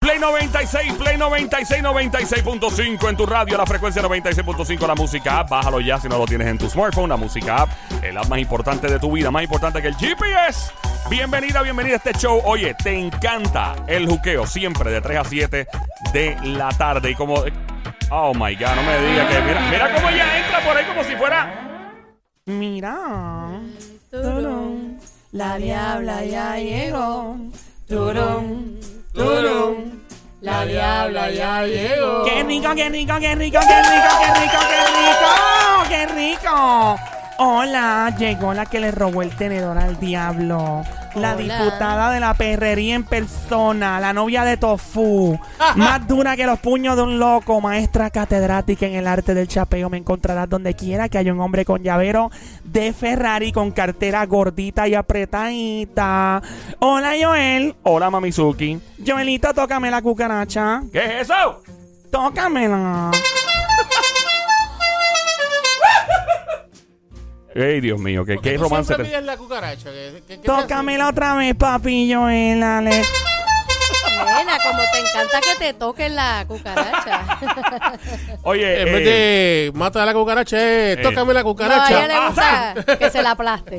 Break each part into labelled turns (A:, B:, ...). A: Play 96, Play 96, 96.5 en tu radio, la frecuencia 96.5, la música app. Bájalo ya si no lo tienes en tu smartphone, la música app, el app más importante de tu vida, más importante que el GPS. Bienvenida, bienvenida a este show. Oye, te encanta el juqueo siempre de 3 a 7 de la tarde. Y como. Oh my God, no me digas que. Mira, mira cómo ella entra por ahí como si fuera. Mira.
B: Turun, la diabla ya llegó. Turun, turun,
C: turun,
B: la diabla ya llegó.
A: ¡Qué rico, qué rico, qué rico, qué rico, qué rico, qué rico! ¡Qué rico! Hola, llegó la que le robó el tenedor al diablo. La
B: Hola.
A: diputada de la perrería en persona, la novia de Tofu. Más dura que los puños de un loco, maestra catedrática en el arte del chapeo. Me encontrarás donde quiera que haya un hombre con llavero de Ferrari con cartera gordita y apretadita. Hola, Joel. Hola, Mamizuki. Joelita, tócame la cucaracha.
C: ¿Qué es eso?
A: Tócamela. Ey, Dios mío, ¿qué,
C: ¿Por qué
A: qué
C: tú
A: romance?
C: siempre
A: te-
C: pides la cucaracha? ¿Qué- qué- qué te hace?
A: Tócamela otra vez, papi Joel, dale.
B: Nena, como te encanta que te toquen la cucaracha.
A: Oye,
C: En
A: eh,
C: vez de mata la cucaracha, eh,
A: Eh.
C: tócame la
B: No, a ella
C: cucaracha. Ah,
B: le gusta que se la aplaste.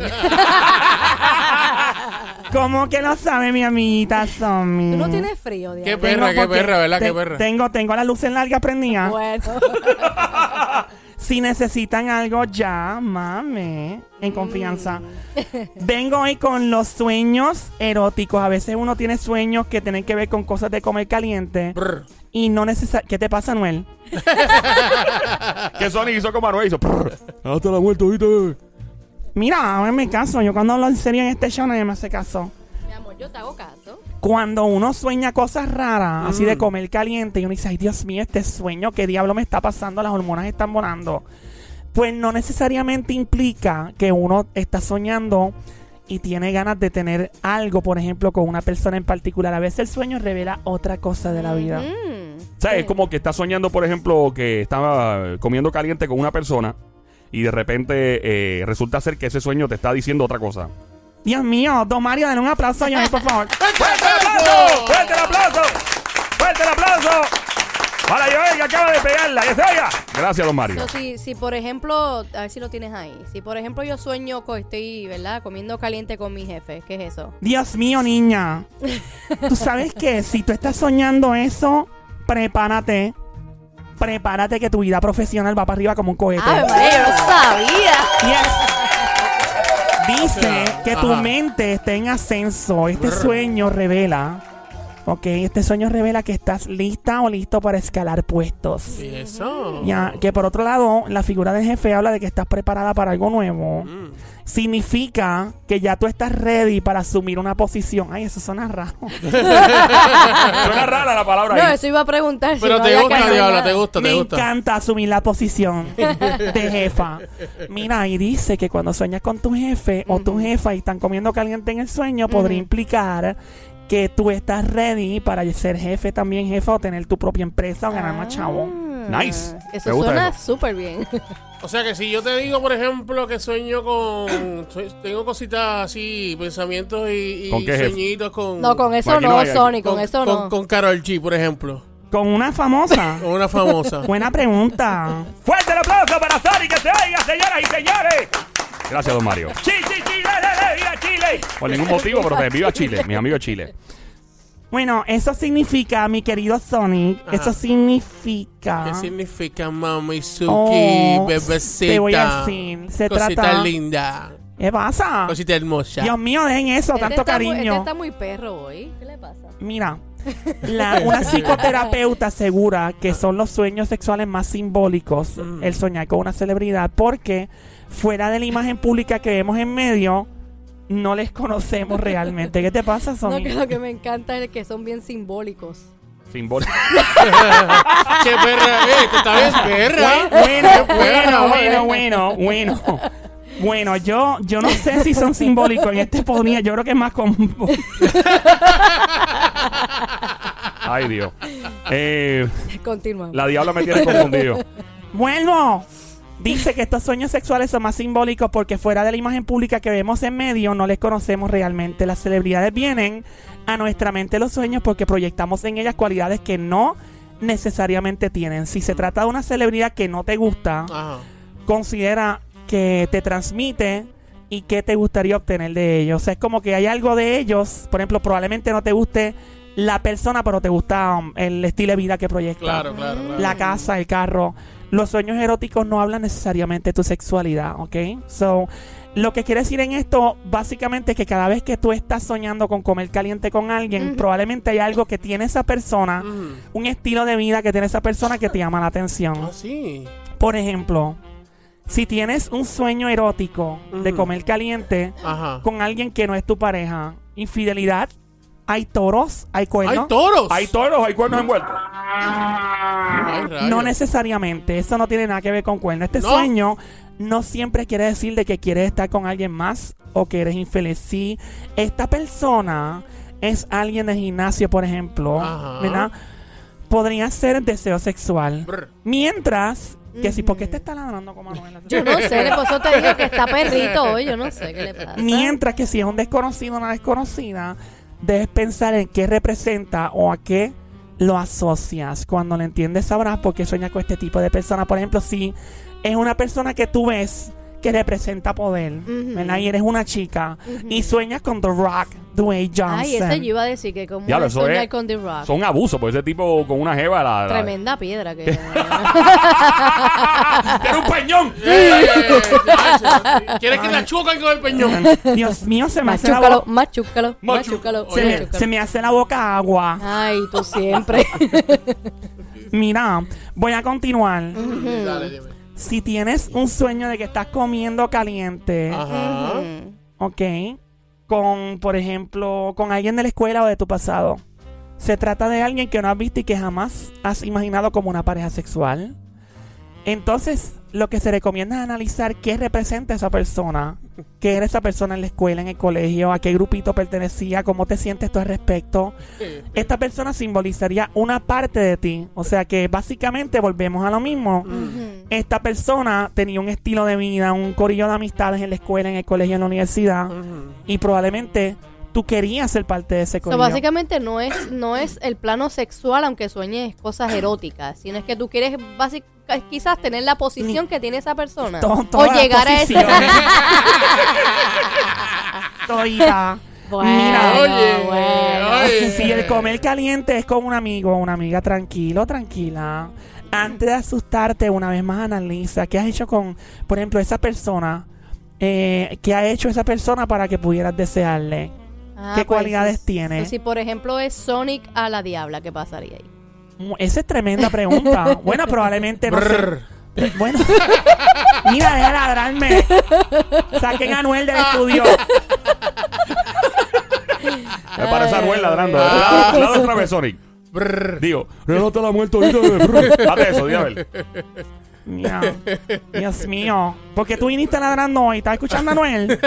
A: ¿cómo que lo sabe mi amiguita Somi?
B: Tú no tienes frío,
C: Qué
B: diabla.
C: perra, qué
A: porque
C: perra, ¿verdad? Qué
A: te-
C: perra.
A: Tengo, tengo las luces largas prendidas.
B: Bueno.
A: Si necesitan algo, ya, mame, en confianza.
B: Mm.
A: Vengo hoy con los sueños eróticos. A veces uno tiene sueños que tienen que ver con cosas de comer caliente.
C: Brr.
A: Y no necesariamente. ¿Qué te pasa, Noel?
D: Que Sony hizo como Manuel hizo. "Prr".
E: Hasta la muerte, ¿viste?
A: Mira, en mi caso, yo cuando hablo en serio en este show nadie me hace caso.
B: Mi amor, yo te hago caso.
A: Cuando uno sueña cosas raras, así de comer caliente, y uno dice, ay Dios mío, este sueño, ¿qué diablo me está pasando? Las hormonas están volando. Pues no necesariamente implica que uno está soñando y tiene ganas de tener algo, por ejemplo, con una persona en particular. A veces el sueño revela otra cosa de la vida.
B: Mm.
D: O sea, es como que está soñando, por ejemplo, que estaba comiendo caliente con una persona y de repente eh, resulta ser que ese sueño te está diciendo otra cosa.
A: Dios mío, Don Mario, denle un aplauso a Joel, por favor.
D: ¡Fuerte el aplauso! ¡Fuerte el aplauso! ¡Fuerte el aplauso! Para Joel que acaba de pegarla. ¡Ya se oiga! Gracias, don Mario.
B: So, si, si por ejemplo, a ver si lo tienes ahí. Si por ejemplo yo sueño que estoy, ¿verdad? Comiendo caliente con mi jefe, ¿qué es eso?
A: Dios mío, niña. Tú sabes que si tú estás soñando eso, prepárate. Prepárate que tu vida profesional va para arriba como un cohete.
B: ¡Ay, María, yo no sabía!
A: Yes. Dice
C: Ajá.
A: que tu
C: Ajá.
A: mente esté en ascenso. Este
C: Brr.
A: sueño revela. Ok, este sueño revela que estás lista o listo para escalar puestos.
C: ¿Y eso?
A: Ya, que por otro lado, la figura del jefe habla de que estás preparada para algo nuevo.
C: Mm.
A: Significa que ya tú estás ready para asumir una posición. Ay, eso suena raro.
D: Suena rara la palabra
B: No,
D: ahí.
B: eso iba a preguntar. si
C: Pero
B: no
C: te
B: había
C: gusta,
B: caído
C: diabla,
B: nada.
C: te gusta, te
A: Me
C: gusta.
A: encanta asumir la posición de jefa. Mira, y dice que cuando sueñas con tu jefe o tu jefa y están comiendo caliente en el sueño, podría implicar que tú estás ready para ser jefe también, jefa, o tener tu propia empresa o ganar más chavo.
B: Ah,
D: Nice.
B: Eso
D: Me gusta
B: suena
D: eso.
B: súper bien.
C: O sea que si yo te digo, por ejemplo, que sueño con. sue- Tengo cositas así, pensamientos y, y
D: ¿Con qué, jefe?
C: sueñitos con.
B: No, con eso
D: Aquí no
B: no,
D: hay-
B: Sony, con, eso
C: con-
B: no.
C: Con Carol G, por ejemplo.
A: Con una famosa.
C: Con una famosa.
A: Buena pregunta.
D: ¡Fuerte el aplauso para Sony que se oiga, señoras y señores! Gracias, don Mario.
A: Sí, sí, sí, dale, dale, mira, Chile.
D: Por ningún motivo, pero te viva Chile, mi amigo de Chile.
A: Bueno, eso significa, mi querido Sonic,
C: Ajá.
A: eso significa.
C: ¿Qué significa mami Suki,
A: Oh,
C: bebecita?
A: te voy a decir, se
C: cosita
A: trata-
C: linda,
A: ¿Qué pasa?
C: cosita hermosa.
A: Dios mío, dejen eso,
B: Este
A: tanto
B: está muy-
A: cariño.
B: este está muy perro hoy. ¿Qué le pasa?
A: Mira, la- una psicoterapeuta asegura que son los sueños sexuales más simbólicos el soñar con una celebridad porque fuera de la imagen pública que vemos en medio no les conocemos realmente. ¿Qué te pasa,
B: No,
A: Sony?
B: que lo que me encanta es que son bien simbólicos.
D: Simbólico.
C: ¡Qué perra! ¡Eh, tú estás bien perra!
A: Bueno,
C: Qué perra,
A: bueno, bueno,
C: eh.
A: bueno, bueno. Bueno, yo, yo no sé si son simbólicos en este podría, yo creo que es más común.
D: Ay, Dios. Eh,
B: Continuamos.
D: la diabla me tiene confundido.
A: ¡Vuelvo! Dice que estos sueños sexuales son más simbólicos porque fuera de la imagen pública que vemos en medio no les conocemos realmente. Las celebridades vienen a nuestra mente los sueños porque proyectamos en ellas cualidades que no necesariamente tienen. Si se trata de una celebridad que no te gusta,
C: Ajá.
A: considera que te transmite y que te gustaría obtener de ellos. O sea, es como que hay algo de ellos, por ejemplo, probablemente no te guste la persona, pero te gusta um, el estilo de vida que proyecta.
C: Claro, claro, claro.
A: La casa, el carro. Los sueños eróticos no hablan necesariamente de tu sexualidad, ¿ok? So, lo que quiere decir en esto, básicamente, es que cada vez que tú estás soñando con comer caliente con alguien,
B: Ujú.
A: probablemente hay algo que tiene esa persona,
C: Ujú.
A: un estilo de vida que tiene esa persona que te llama la atención.
C: Mm. Ah, sí.
A: Por ejemplo, si tienes un sueño erótico de
C: Ujú.
A: comer caliente
C: Ajá.
A: con alguien que no es tu pareja, infidelidad, hay toros, hay
C: ¡Hay
A: cuernos.
C: toros!
F: Hay toros, hay cuernos envueltos.
C: Ay, rayos.
A: no necesariamente, eso no tiene nada que ver con cuernos. Este
C: No.
A: sueño no siempre quiere decir de que quieres estar con alguien más o que eres infeliz. Si esta persona es alguien de gimnasio, por ejemplo,
C: Ajá.
A: ¿verdad? Podría ser deseo sexual.
C: Brr.
A: Mientras que si, ¿por qué te está ladrando como Manuela?
B: Mm. Yo no sé, por eso te digo que está perrito hoy. Yo no sé qué le pasa.
A: Mientras que si es un desconocido o una desconocida, debes pensar en qué representa o a qué lo asocias. Cuando lo entiendes sabrás por qué sueñas con este tipo de persona. Por ejemplo, si es una persona que tú ves que representa poder,
B: Ujú.
A: ¿verdad? Y eres una chica y sueñas con The Rock, Dwayne Johnson.
B: Ay, ese yo iba a decir que como
F: Diablo,
B: soñar
F: eso es-
B: con The Rock.
F: Son abusos, porque ese tipo con una jeva la. la-
B: Tremenda piedra que...
F: ¡Tiene un peñón!
C: Eh, ya, ¿Quieres que la chuca con el peñón?
A: Dios mío, se me, hace la
B: Machúcalo,
A: boca,
B: machúcalo, machúcalo.
A: se, me- se me hace la boca agua.
B: Ay, tú siempre.
A: Mira, voy a continuar.
C: Dale, dime.
A: Si tienes un sueño de que estás comiendo caliente,
C: Ajá.
B: Ujú.
A: ¿ok? Con, por ejemplo, con alguien de la escuela o de tu pasado. Se trata de alguien que no has visto y que jamás has imaginado como una pareja sexual. Entonces, lo que se recomienda es analizar qué representa esa persona, qué era esa persona en la escuela, en el colegio, a qué grupito pertenecía, cómo te sientes tú al respecto. Esta persona simbolizaría una parte de ti, o sea que básicamente volvemos a lo mismo
B: Ujú.
A: esta persona tenía un estilo de vida, un corillo de amistades en la escuela, en el colegio, en la universidad,
C: Ujú.
A: y probablemente tú querías ser parte de ese
B: So,
A: corillo.
B: básicamente no es no es el plano sexual aunque sueñes cosas eróticas, sino es que tú quieres basic- eh, quizás tener la posición que tiene esa persona
A: To-
B: o
A: todas las
B: llegar a ese
A: posiciones. Todita. Mira,
C: Oye, oye.
A: Si el comer caliente es con un amigo o una amiga, tranquilo, tranquila. Antes de asustarte, una vez más analiza qué has hecho con, por ejemplo, esa persona. Eh, ¿Qué ha hecho esa persona para que pudieras desearle?
B: Ah,
A: ¿Qué
B: pues,
A: cualidades
B: so-
A: tiene?
B: so, si por ejemplo es Sonic a la diabla, ¿qué pasaría ahí?
A: Mm, Esa es tremenda pregunta. bueno, probablemente no sé.
C: Brr.
A: Pues, Bueno, mira, deja de ladrarme. Saquen a Anuel del estudio.
F: Me parece a Anuel ladrando.
C: Ay.
F: Ladra ladra otra vez, Sonic.
C: Brr.
F: Digo, relata la muerte ahorita. brr". Hazte eso, dígame.
A: Mira, Dios mío. Porque tú viniste ladrando hoy. ¿Estás escuchando a Anuel?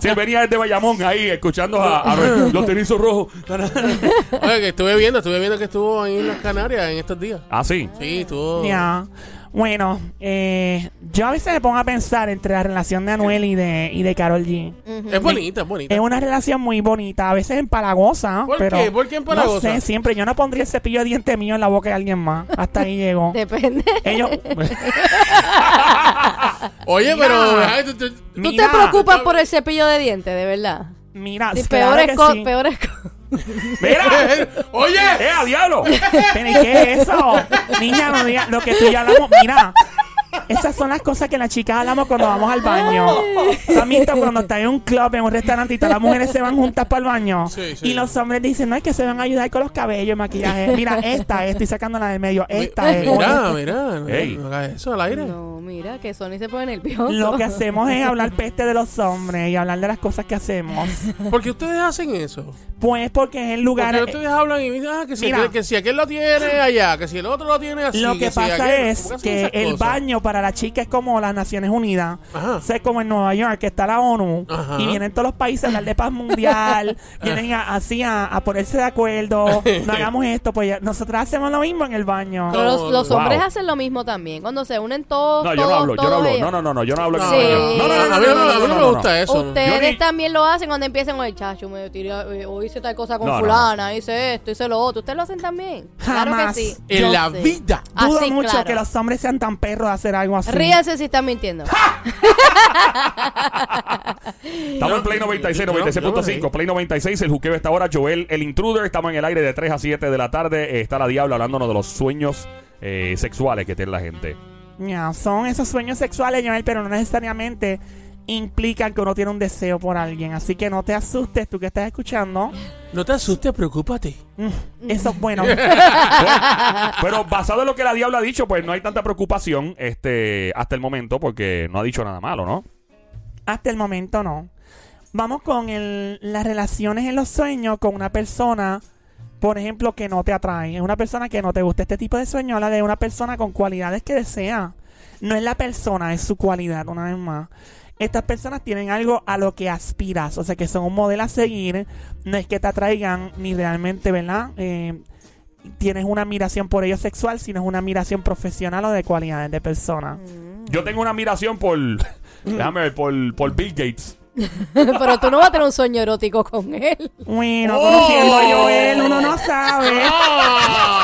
F: Si él venía desde Bayamón ahí, escuchando a, a Anuel, los tenistas rojos.
C: Oye, que estuve viendo, estuve viendo que estuvo ahí en las Canarias en estos días.
F: Ah, sí.
C: Sí, estuvo.
A: Ya. Bueno, eh, yo a veces me pongo a pensar entre la relación de Anuel y de, y de Carol G.
C: Es bonita, es bonita.
A: Es una relación muy bonita, a veces empalagosa.
C: ¿Por
A: pero
C: qué? ¿Por qué
A: No
C: empalagosa?
A: sé, siempre. Yo no pondría el cepillo de diente mío en la boca de alguien más. Hasta ahí llegó.
B: Depende.
A: Ellos.
C: Oye, pero.
A: Mira.
C: ay, tú- tú- tú-
B: ¿Tú
A: Mira.
B: te preocupas por el cepillo de dientes, de verdad?
A: Mira,
B: Sí,
A: claro
B: peores
A: que
B: co-
A: sí.
B: peores co-
F: ¡Mira!
C: Oye,
F: ¡Eh, a diablo!
A: Pero ¿y ¿qué es eso? Niña, no digas lo que tú ya hablamos. Mira, esas son las cosas que las chicas hablamos cuando vamos al baño. Mamita, cuando está en un club, en un restaurante y todas las mujeres se van juntas para el baño.
C: Sí, sí.
A: Y los hombres dicen, no, es que se van a ayudar con los cabellos y maquillaje. Mira, esta, estoy sacándola del medio. Esta es.
C: Mira, mira. no-
F: Ey.
C: No hagas eso al aire.
B: No, mira, que Sonic se pone nervioso.
A: Lo que hacemos es hablar peste de los hombres y hablar de las cosas que hacemos.
C: ¿Por qué ustedes hacen eso?
A: Pues porque es el
C: Porque
A: lugar.
C: ustedes hablan y dicen, ah, que si,
A: Mira.
C: aquel, que si aquel lo tiene allá, que si el otro lo tiene así.
A: Lo que
C: si
A: pasa
C: aquel-
A: es
C: ¿Por qué hacen
A: que
C: esas
A: el
C: cosas?
A: baño para la chica es como las Naciones Unidas.
C: Ajá.
A: O sea, es como en Nueva York, que está la ONU.
C: Ajá.
A: Y vienen todos los países a hablar de paz mundial. vienen a- así a, a ponerse de acuerdo. No hagamos esto. Pues ya- nosotras hacemos lo mismo en el baño.
B: Pero los, los
D: Wow.
B: hombres hacen lo mismo también. Cuando se unen todos.
D: No, yo no
B: todos,
D: hablo, yo no
B: todos
D: hablo.
B: ellos.
D: No, no, no, no, yo no hablo.
C: No,
D: con ella.
B: Sí.
D: No, no, no, no,
C: a mí
D: no,
C: no, a mí
D: no,
C: no
D: no, no,
C: me
D: no.
C: gusta eso.
D: Yo
B: Ustedes
D: ni-
B: también lo hacen cuando empiezan con el chacho, me tiré, eh, o hice tal cosa con
D: No, no,
B: fulana, hice esto, hice lo otro. Ustedes lo hacen también. Claro
A: Jamás.
B: que sí.
C: En
B: Yo
C: la
B: sé.
C: vida.
A: Dudo
B: Así,
A: mucho
B: claro.
A: que los hombres sean tan perros de hacer algo así.
B: Ríanse si están mintiendo.
D: Estamos en Play 96,
C: Yo- yo-
D: 96.5, Play 96, el juqueo está ahora, Joel, el intruder, estamos en el aire de 3 a 7 de la tarde, Eh, está la diabla hablándonos de los sueños eh, sexuales que tiene la gente.
A: Ya, son esos sueños sexuales, Joel, pero no necesariamente implican que uno tiene un deseo por alguien. Así que no te asustes, tú que estás escuchando.
C: No te asustes, preocúpate.
A: Mm, Eso es bueno.
D: Pero basado en lo que la diabla ha dicho, pues no hay tanta preocupación este hasta el momento porque no ha dicho nada malo, ¿no?
A: Hasta el momento no. Vamos con el- las relaciones en los sueños con una persona, por ejemplo, que no te atrae. Es una persona que no te gusta. Este tipo de sueño habla de una persona con cualidades que desea. No es la persona, es su cualidad, una vez más. Estas personas tienen algo a lo que aspiras, o sea que son un modelo a seguir. No es que te atraigan ni realmente, ¿verdad? Eh, tienes una admiración por ellos sexual, sino es una admiración profesional o de cualidades de persona.
D: Yo tengo una admiración por, déjame ver, por, por Bill Gates.
B: Pero tú no vas a tener un sueño erótico con él.
A: Bueno, conociendo a Joel, uno no sabe.